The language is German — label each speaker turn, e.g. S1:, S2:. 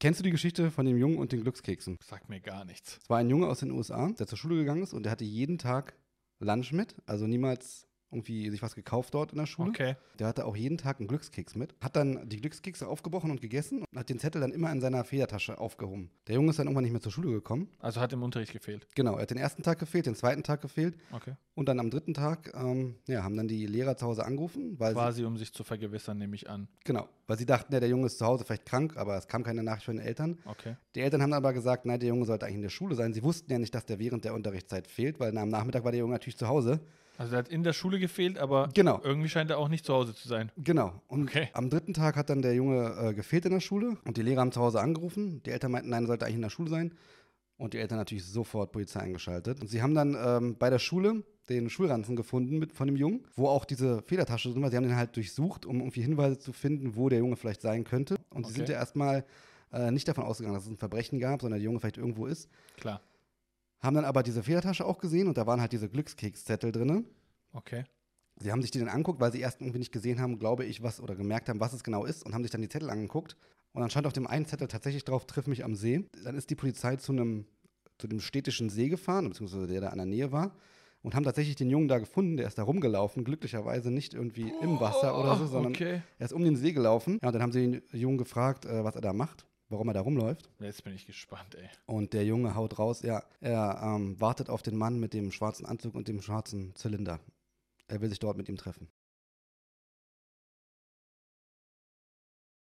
S1: Kennst du die Geschichte von dem Jungen und den Glückskeksen?
S2: Sagt mir gar nichts.
S1: Es war ein Junge aus den USA, der zur Schule gegangen ist und der hatte jeden Tag Lunch mit, also niemals irgendwie sich was gekauft dort in der Schule.
S2: Okay.
S1: Der hatte auch jeden Tag einen Glückskeks mit, hat dann die Glückskekse aufgebrochen und gegessen und hat den Zettel dann immer in seiner Federtasche aufgehoben. Der Junge ist dann irgendwann nicht mehr zur Schule gekommen.
S2: Also hat im Unterricht gefehlt.
S1: Genau, er hat den ersten Tag gefehlt, den zweiten Tag gefehlt
S2: Okay.
S1: und dann am dritten Tag ähm, ja, haben dann die Lehrer zu Hause angerufen, weil sie,
S2: Quasi, um sich zu vergewissern, nehme ich an.
S1: genau, weil sie dachten, ja, der Junge ist zu Hause vielleicht krank, aber es kam keine Nachricht von den Eltern.
S2: Okay.
S1: Die Eltern haben dann aber gesagt, nein, der Junge sollte eigentlich in der Schule sein. Sie wussten ja nicht, dass der während der Unterrichtszeit fehlt, weil am Nachmittag war der Junge natürlich zu Hause.
S2: Also der hat in der Schule gefehlt, aber
S1: Genau.
S2: irgendwie scheint er auch nicht zu Hause zu sein.
S1: Genau. Und
S2: Äh. Okay.
S1: am dritten Tag hat dann der Junge äh, gefehlt in der Schule und die Lehrer haben zu Hause angerufen. Die Eltern meinten, nein, er sollte eigentlich in der Schule sein. Und die Eltern natürlich sofort Polizei eingeschaltet. Und sie haben dann ähm, bei der Schule den Schulranzen gefunden mit, von dem Jungen, wo auch diese Federtasche drin war. Sie haben den halt durchsucht, um irgendwie Hinweise zu finden, wo der Junge vielleicht sein könnte. Und sie sind
S2: Okay.
S1: ja erstmal äh, nicht davon ausgegangen, dass es ein Verbrechen gab, sondern der Junge vielleicht irgendwo ist.
S2: Klar.
S1: Haben dann aber diese Federtasche auch gesehen und da waren halt diese Glückskekszettel drin.
S2: Okay.
S1: Sie haben sich die dann angeguckt, weil sie erst irgendwie nicht gesehen haben, glaube ich, was oder gemerkt haben, was es genau ist und haben sich dann die Zettel angeguckt. Und dann stand auf dem einen Zettel tatsächlich drauf, triff mich am See. Dann ist die Polizei zu einem, zu dem städtischen See gefahren, beziehungsweise der da an der Nähe war. Und haben tatsächlich den Jungen da gefunden, der ist da rumgelaufen, glücklicherweise nicht irgendwie im Wasser oder so,
S2: Oh,
S1: sondern
S2: Okay.
S1: er ist um den See gelaufen. Ja, und dann haben sie den Jungen gefragt, äh, was er da macht, warum er da rumläuft.
S2: Jetzt bin ich gespannt, ey.
S1: Und der Junge haut raus, ja, er ähm, wartet auf den Mann mit dem schwarzen Anzug und dem schwarzen Zylinder. Er will sich dort mit ihm treffen.